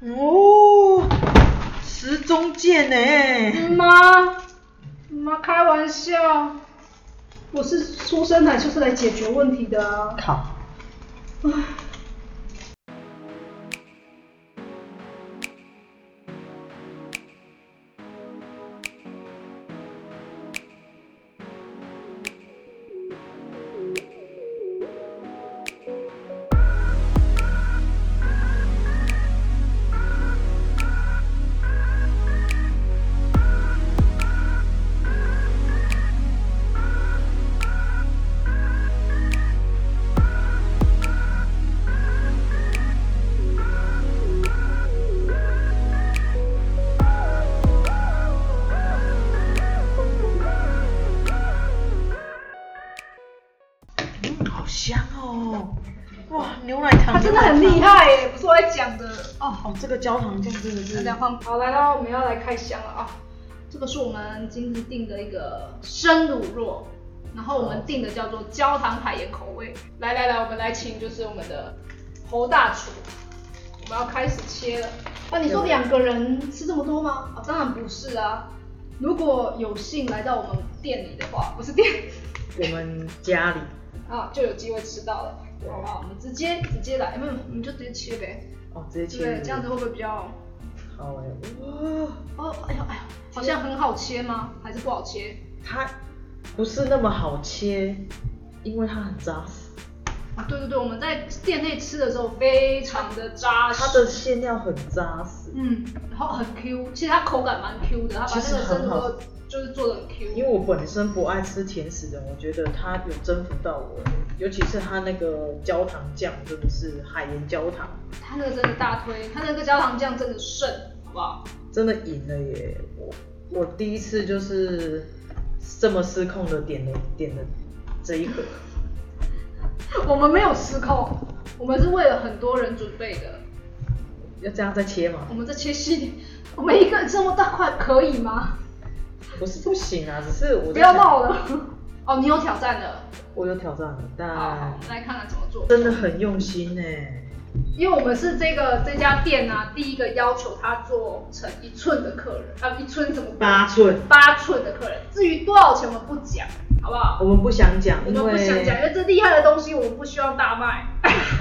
哦中介呢。妈，妈开玩笑，我是出生来就是来解决问题的啊。靠！嗯，好香哦！哇，牛奶糖，他真的很厉害耶，不是我在讲的。哦。好，这个焦糖酱真的那是这样放好，来到我们要来开箱了啊、这个是我们今日订的一个生乳酪，然后我们订的叫做焦糖海盐口味。来来来，我们来请就是我们的侯大厨，我们要开始切了。那、哦你说两个人吃这么多吗？啊、当然不是啊。如果有幸来到我们店里的话，不是店 我们家里啊，就有机会吃到了，好不好？我们直接直接来，没有，我们就直接切呗。哦，直接切入对，这样子会不会比较？好哎，哇，哦，哎呦哎呦，好像很好切吗？还是不好切？它不是那么好切，因为它很扎实，啊，对对对，我们在店内吃的时候非常的扎实，它的馅料很扎实。嗯，然后很 Q，其实它口感蛮 Q 的，它把那其实个生很好肉就是做的很 Q，因为我本身不爱吃甜食的，我觉得它有征服到我，尤其是它那个焦糖酱，真的是海盐焦糖，它那个真的大推，它那个焦糖酱真的胜，好不好？真的赢了耶！我我第一次就是这么失控的点了点了这一 盒，我们没有失控，我们是为了很多人准备的，要这样再切吗我？们这切细一点，我们一个人这么大块可以吗？不是不行啊，只是我不要闹，闹了，哦，你有挑战了，我有挑战了，好，好但我们来看看怎么做。真的很用心呢。因为我们是这个这家店啊，第一个要求他做成一寸的客人，啊，一寸怎么八寸，八寸的客人。至于多少钱，我们不讲，好不好？我们不想讲，我因们为不想讲，因为这厉害的东西我们不希望大卖。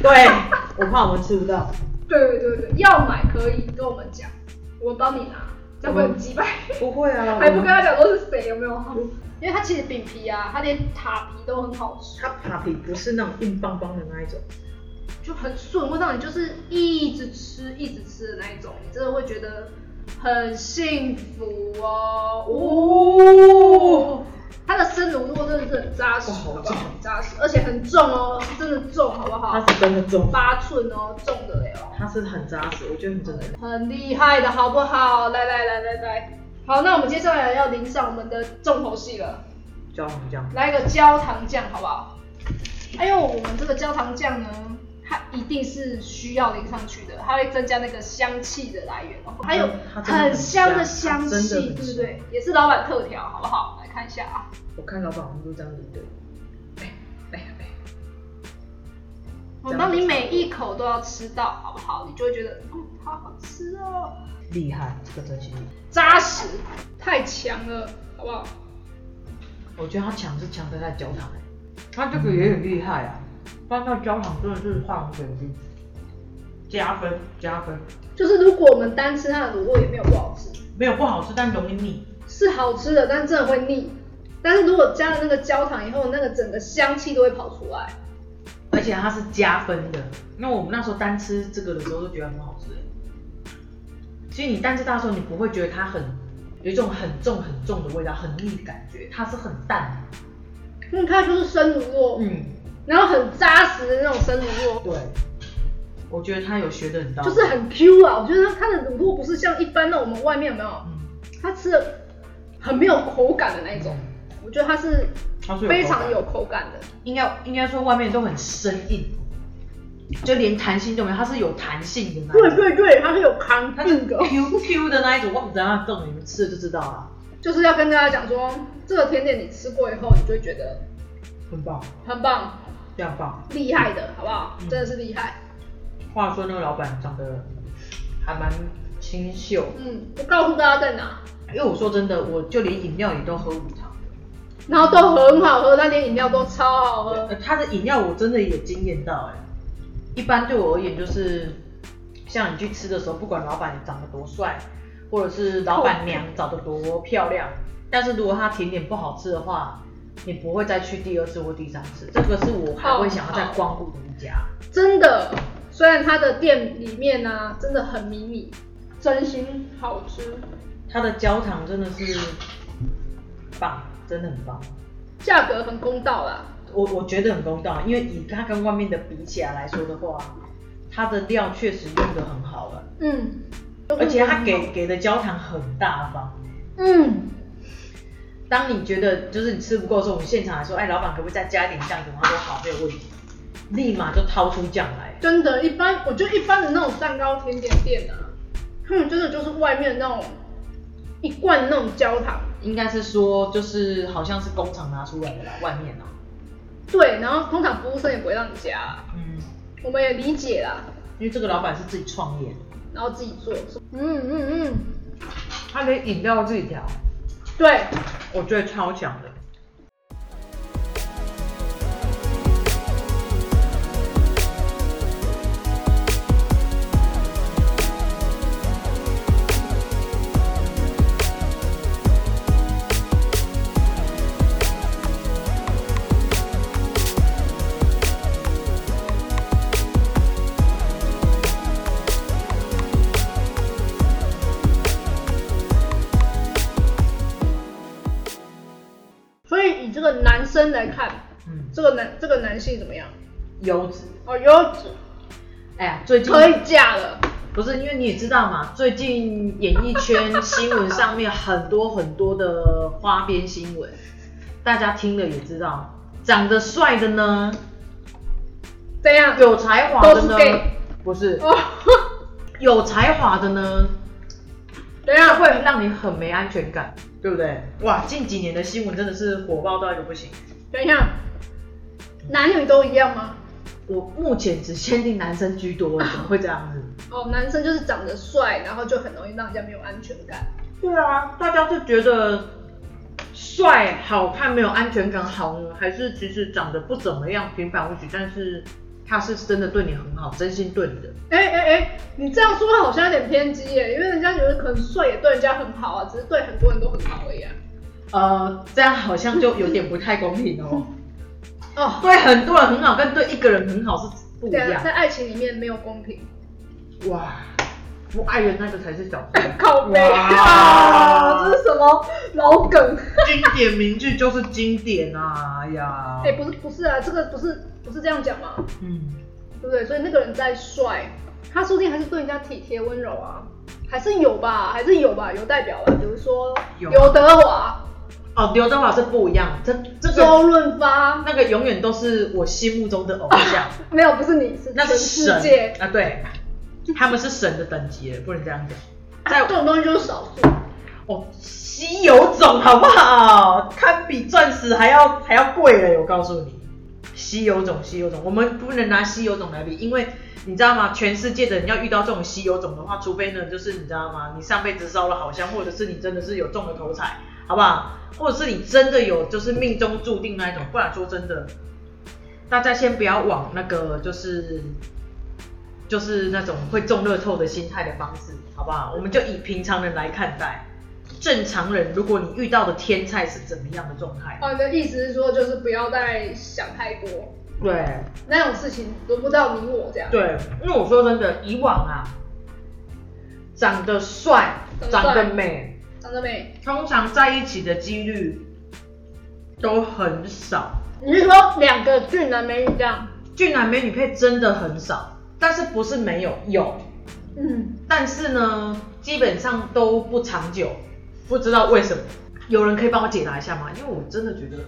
对，我怕我们吃不 到。对对对，要买可以跟我们讲，我们帮你拿，这样会很鸡掰，不会啊，还不我们跟他讲说是谁有没有？因为它其实饼皮啊，它连塔皮都很好吃，它塔皮不是那种硬邦邦的那一种。就很顺，会让你就是一直吃一直吃的那一种，你真的会觉得很幸福哦。哦，它的生乳酪真的是很扎实，哇好好不重好？很扎实，而且很重哦，是真的重，好不它好？是真的重，八寸哦，重的嘞哦，它是很扎实，我觉得很真的。很厉害的好不好？来来来来来，好，那我们接下来要淋上我们的重头戏了。焦糖酱，来个焦糖酱好不好？哎呦，我们这个焦糖酱呢，它一定是需要淋上去的，它会增加那个香气的来源哦，还有它真的很香的香香它真的气，很对不香对？也是老板特调，好不好？来看一下啊，我看老板我们都这样子对。哎哎哎，哦当你每一口都要吃到，好不好？你就会觉得，嗯，好好吃哦，厉害，这个真心厉害。扎实，太强了，好不好？我觉得他强是强在它的焦糖、欸，他这个也很厉害啊，但那焦糖真的是画龙点睛，加分加分，就是如果我们单吃它的卤味，也没有不好吃，没有不好吃，但容易腻。是好吃的，但真的会腻。但是如果加了那个焦糖以后，那个整个香气都会跑出来。而且它是加分的。那我们那时候单吃这个的时候，就觉得很好吃、欸。其实你单吃它的时候，你不会觉得它很有一种很重很重的味道，很腻的感觉，它是很淡的。因嗯为它就是生乳酪，嗯，然后很扎实的那种生乳酪，对，我觉得它有学的很到位，就是很 Q 啊。我觉得它的乳酪不是像一般那我们外面有没有，嗯，它吃的很没有口感的那一种。嗯我觉得它是它是有非口常感有口感的，应该应该说外面都很生硬，就连弹性都没有，它是有弹性的那一对种，对对，它是有抗它是性的。 Q Q 的那一种，我不知道它动，你们吃了就知道了，就是要跟大家讲说，这个甜点你吃过以后，你就会觉得很棒，很棒，非常棒。厉害的，好不好？嗯真的是厉害。话说那个老板长得还蛮清秀。嗯，我告诉大家在哪，因为我说真的，我就连饮料也都喝无糖的。然后都很好喝，那连饮料都超好喝。呃，它的饮料我真的也惊艳到哎、一般对我而言就是，像你去吃的时候，不管老板长得多帅，或者是老板娘长得多漂亮，但是如果它甜点不好吃的话，你不会再去第二次或第三次。这个是我还会想要再光顾的一家。真的，虽然它的店里面呢、真的很迷你，真心好吃，它的焦糖真的是棒，真的很棒。价格很公道啦。我我觉得很公道，因为以它跟外面的比起来来说的话，它的料确实用的很好了，嗯，而且它给给的焦糖很大方。嗯，当你觉得就是你吃不够的时候，我们现场还说，哎，老板可不可以再加一点酱油？他说好，没有问题，立马就掏出酱来。真的，一般我觉得一般的那种蛋糕甜点店啊，他们真的就是外面那种一罐那种焦糖，应该是说就是好像是工厂拿出来的啦，外面啊，对，然后通常服务生也不会让你加啦，嗯，我们也理解啦，因为这个老板是自己创业，然后自己做，嗯嗯嗯，他连饮料都自己调，对，我觉得超强的。所以以这个男生来看，嗯，这个男这个男性怎么样？油脂，哦，优质，哎呀，最近可以嫁了，不是，因为你也知道嘛，最近演艺圈新闻上面很多很多的花边新闻，大家听了也知道，长得帅的呢，这样有才华的都是呢 gay，不是哦， 有才华的呢，这等一下样会让你很没安全感，对不对？哇，近几年的新闻真的是火爆到一个不行。等一下，男女都一样吗？我目前只限定男生居多，怎么会这样子？哦，男生就是长得帅，然后就很容易让人家没有安全感。对啊，大家是觉得帅、好看、没有安全感好呢，还是其实长得不怎么样、平凡无奇，但是他是真的对你很好，真心对你的？哎哎哎，你这样说好像有点偏激耶，因为人家觉得可能帅也对人家很好啊，只是对很多人都很好而已啊。呃，这样好像就有点不太公平哦。哦， 对很多人很好，跟对一个人很好是不一对啊，样。在爱情里面没有公平。。哇，不爱人那个才是小三靠背哇啊，这是什么老梗？ 经典名句就是经典啊哎呀。哎、不是不是啊，这个不是不是这样讲嘛，嗯，对不对？所以那个人再帅，他说不定还是对人家体贴温柔啊，还是有吧，还是有吧，有代表吧，啊比如说有啊刘德华、哦，刘德华是不一样，这这个啊周润发，那个永远都是我心目中的偶像。没有不是你是那全是世神界，啊，对，他们是神的等级了，不能这样讲。哎这在种东西就是少数。啊哦，稀有种好不好？堪比钻石还要还要贵了，我告诉你，稀有种，稀有种，我们不能拿稀有种来比，因为你知道吗？全世界的人要遇到这种稀有种的话，除非呢，就是你知道吗？你上辈子烧了好香，或者是你真的是有中了头彩，好不好？或者是你真的有就是命中注定那一种，不然说真的，大家先不要往那个就是就是那种会中乐透的心态的方式，好不好？我们就以平常人来看待，正常人如果你遇到的天才是怎么样的状态？哦，你的意思是说，就是不要再想太多，对那种事情轮不到你我这样。，对，因为我说真的，以往啊，长得帅、长得长帅得美，张德美，通常在一起的几率都很少，你是说两个俊男美女这样？俊男美女配真的很少，但是不是没有有，嗯，但是呢，基本上都不长久，不知道为什么。有人可以帮我解答一下吗？因为我真的觉得，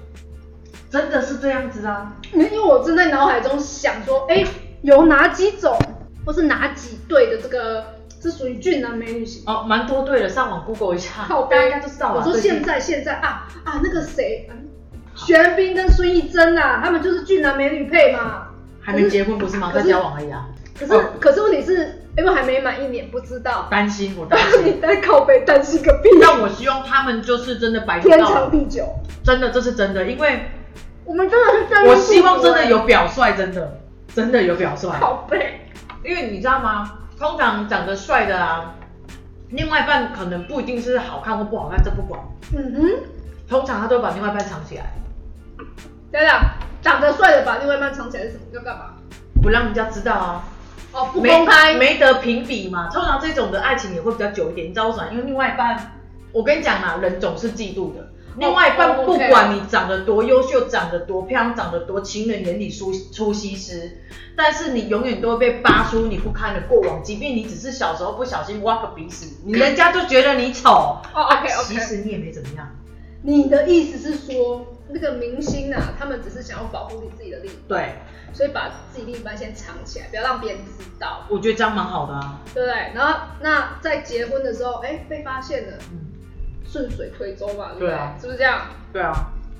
真的是这样子啊。因为我正在脑海中想说，哎、有哪几种，或是哪几对的这个是属于俊男美女型？哦，蛮多对的，上网 Google 一下，靠大背家应该都知道吧？我说最近现在现在啊啊，那个谁，嗯玄彬跟孙艺珍啊，他们就是俊男美女配嘛。还没结婚不是吗？可在是交往而已啊。可是、哦可是问题是，因为还没满一年，不知道。担心我担心，你在靠背担心个屁！但我希望他们就是真的白天天到长老，地久，真的这是真的，因为我们真的是欸真的。我希望真的有表率，真的真的有表率，哎靠背，因为你知道吗？通常长得帅的啊，另外一半可能不一定是好看或不好看，这不管，嗯哼。通常他都会把另外一半藏起来，等等，长得帅的把另外一半藏起来是什么？要干嘛？不让人家知道啊。哦，不公开。没没得评比嘛。通常这种的爱情也会比较久一点，你知道为什么？因为另外一半，我跟你讲啊，人总是嫉妒的。另外一半哦不，OK 管你长得多优秀，长得多漂亮，长得多情人眼里出出西施，但是你永远都会被扒出你不堪的过往，即便你只是小时候不小心挖个鼻屎，你人家就觉得你 丑。哦，OK 其 OK。实你也没怎么样。你的意思是说，那个明星啊，他们只是想要保护你自己的另一对，半，所以把自己另一半先藏起来，不要让别人知道，我觉得这样蛮好的啊。对不对？然后那在结婚的时候，哎，被发现了，嗯，顺水推舟嘛，对不对啊是不是这样？对啊。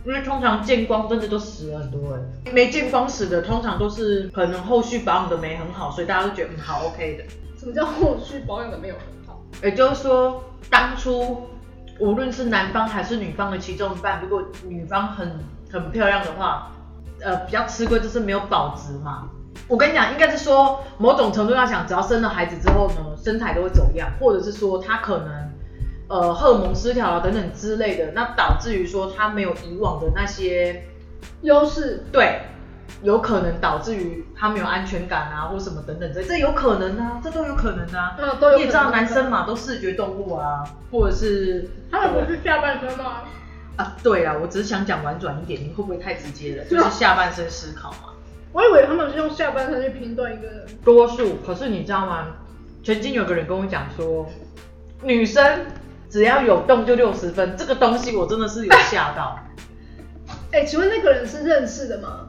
因为通常见光真的都死了很多人，没见光死的通常都是可能后续保养的没很好，所以大家都觉得嗯好 OK 的。什么叫后续保养的没有很好？也就是说，当初无论是男方还是女方的其中一半，如果女方很很漂亮的话，呃，比较吃亏就是没有保值嘛。我跟你讲，应该是说某种程度上讲，只要生了孩子之后呢，身材都会走样，或者是说她可能呃荷尔蒙失调啊等等之类的，那导致于说她没有以往的那些优势对，有可能导致于他没有安全感啊，或什么等等这这有可能啊，这都有可能啊。嗯都有可能你也知道男生嘛，都视觉动物啊，或者是他们不是下半身吗？啊，对啊，我只是想讲婉转一点，你会不会太直接了？就是下半身思考嘛。我以为他们是用下半身去评断一个人。多数，可是你知道吗？曾经有个人跟我讲说，女生只要有动就六十分，这个东西我真的是有吓 到。哎、请问那个人是认识的吗？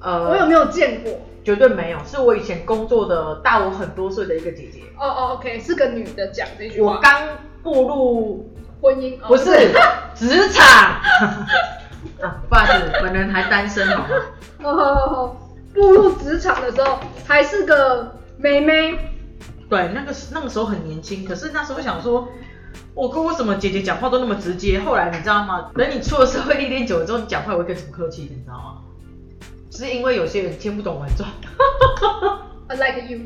呃，我有没有见过？绝对没有，是我以前工作的大我很多岁的一个姐姐。哦哦，OK，是个女的讲这句我话。刚步入婚姻、哦、不是职场 啊，不好意思，本人还单身好吗？ 哦哦哦，步入职场的时候还是个妹妹，对，那个时那个时候很年轻，可是那时候想说，我跟为什么姐姐讲话都那么直接？后来你知道吗？等你出了社会历练久了之后，你讲话也会更不客气，你知道吗？是因为有些人听不懂婉转， 呃，like you，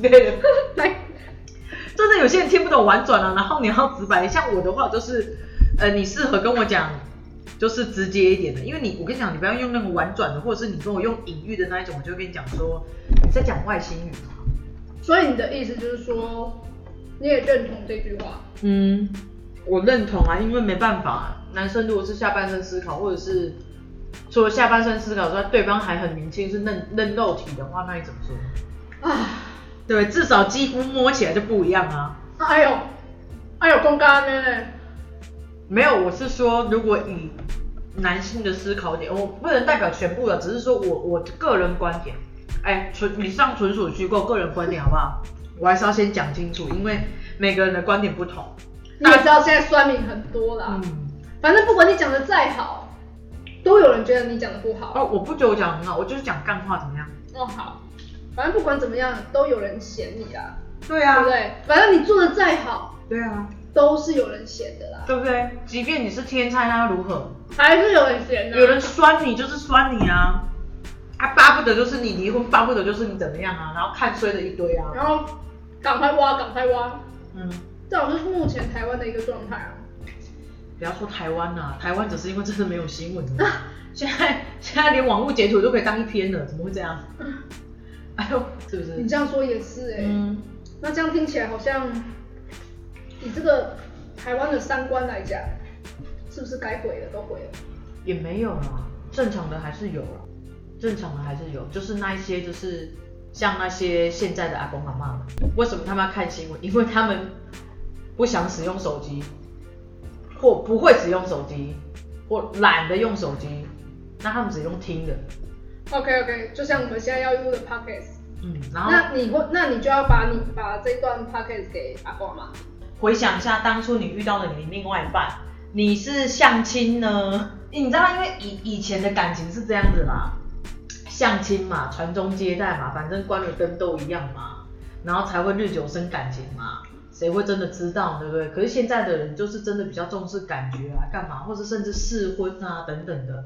对， like 真的有些人听不懂婉转啊，然后你要直白。像我的话就是，呃，你适合跟我讲。就是直接一点的，因为你，我跟你讲，你不要用那个婉转的，或者是你跟我用隐喻的那一种，我就会跟你讲说你在讲外星语。所以你的意思就是说，你也认同这句话？嗯，我认同啊，因为没办法、男生如果是下半身思考，或者是除了下半身思考之外，对方还很年轻，是嫩嫩肉体的话，那你怎么说？啊，对，至少肌肤摸起来就不一样啊。哎呦，哎呦，公干呢？没有，我是说，如果以男性的思考点，我不能代表全部了，只是说我我个人观点，哎，纯以上纯属虚构，个人观点好不好？我还是要先讲清楚，因为每个人的观点不同。你也知道现在酸民很多啦，嗯。反正不管你讲的再好，都有人觉得你讲的不好。哦，我不觉得我讲得很好，我就是讲干话，怎么样？哦，好，反正不管怎么样，都有人嫌你啦，对对啊不，对？反正你做的再好，对啊，都是有人嫌的啦。对不对？即便你是天才，那又如何？还是有人嫌啊的。有人酸你就是酸你啊，啊，巴不得就是你离婚，巴不得就是你怎么样啊，然后看衰的一堆啊。然后赶快挖，赶快挖，嗯，这好像是目前台湾的一个状态啊。不要说台湾呐、台湾只是因为真的没有新闻了。现在现在连网络截图都可以当一篇了，怎么会这样？哎呦，是不你是？这样说也是哎、嗯，那这样听起来好像，以这个台湾的三观来讲，是不是该毁的都毁了？也没有啦，正常的还是有啦，正常的还是有，就是那一些就是像那些现在的阿公阿妈们，为什么他们要看新闻？因为他们不想使用手机，或不会使用手机，或懒得用手机，那他们只用听的， OK OK，就像我们现在要录的 podcast，嗯，然后那你会，那你就要把你把这段 podcast 给阿光嘛？回想一下当初你遇到的你另外一半，你是相亲呢？你知道，因为以以前的感情是这样子啦，相亲嘛，传宗接代嘛，反正关了灯都一样嘛，然后才会日久生感情嘛。谁会真的知道，对不对？可是现在的人就是真的比较重视感觉啊，干嘛，或者甚至试婚啊等等的。